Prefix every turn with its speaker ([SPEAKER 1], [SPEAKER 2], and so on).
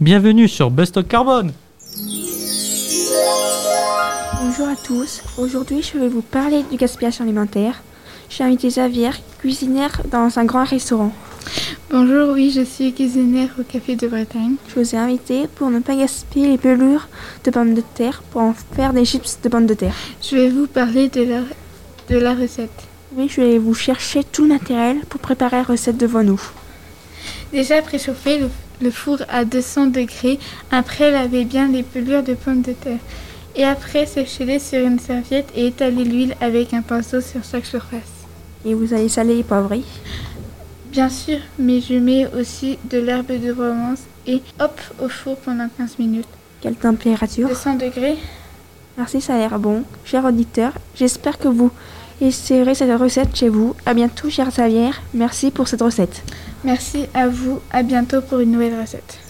[SPEAKER 1] Bienvenue sur Bustock Carbone.
[SPEAKER 2] Bonjour à tous. Aujourd'hui, je vais vous parler du gaspillage alimentaire. J'ai invité Xavier, cuisinière dans un grand restaurant.
[SPEAKER 3] Bonjour, oui, je suis cuisinière au Café de Bretagne.
[SPEAKER 2] Je vous ai invité pour ne pas gaspiller les pelures de pommes de terre pour en faire des chips de pommes de terre.
[SPEAKER 3] Je vais vous parler de la, de la recette.
[SPEAKER 2] Oui, je vais vous chercher tout le matériel pour préparer la recette devant nous.
[SPEAKER 3] Déjà préchauffez le, le four à 200 degrés. Après, lavez bien les pelures de pommes de terre. Et après, séchez-les sur une serviette et étalez l'huile avec un pinceau sur chaque surface.
[SPEAKER 2] Et vous allez saler les poivrés.
[SPEAKER 3] Bien sûr, mais je mets aussi de l'herbe de Provence et hop au four pendant 15 minutes.
[SPEAKER 2] Quelle température
[SPEAKER 3] 200 degrés.
[SPEAKER 2] Merci, ça a l'air bon. Chers auditeurs, j'espère que vous essayerez cette recette chez vous. À bientôt, cher Xavier. Merci pour cette recette.
[SPEAKER 3] Merci à vous. À bientôt pour une nouvelle recette.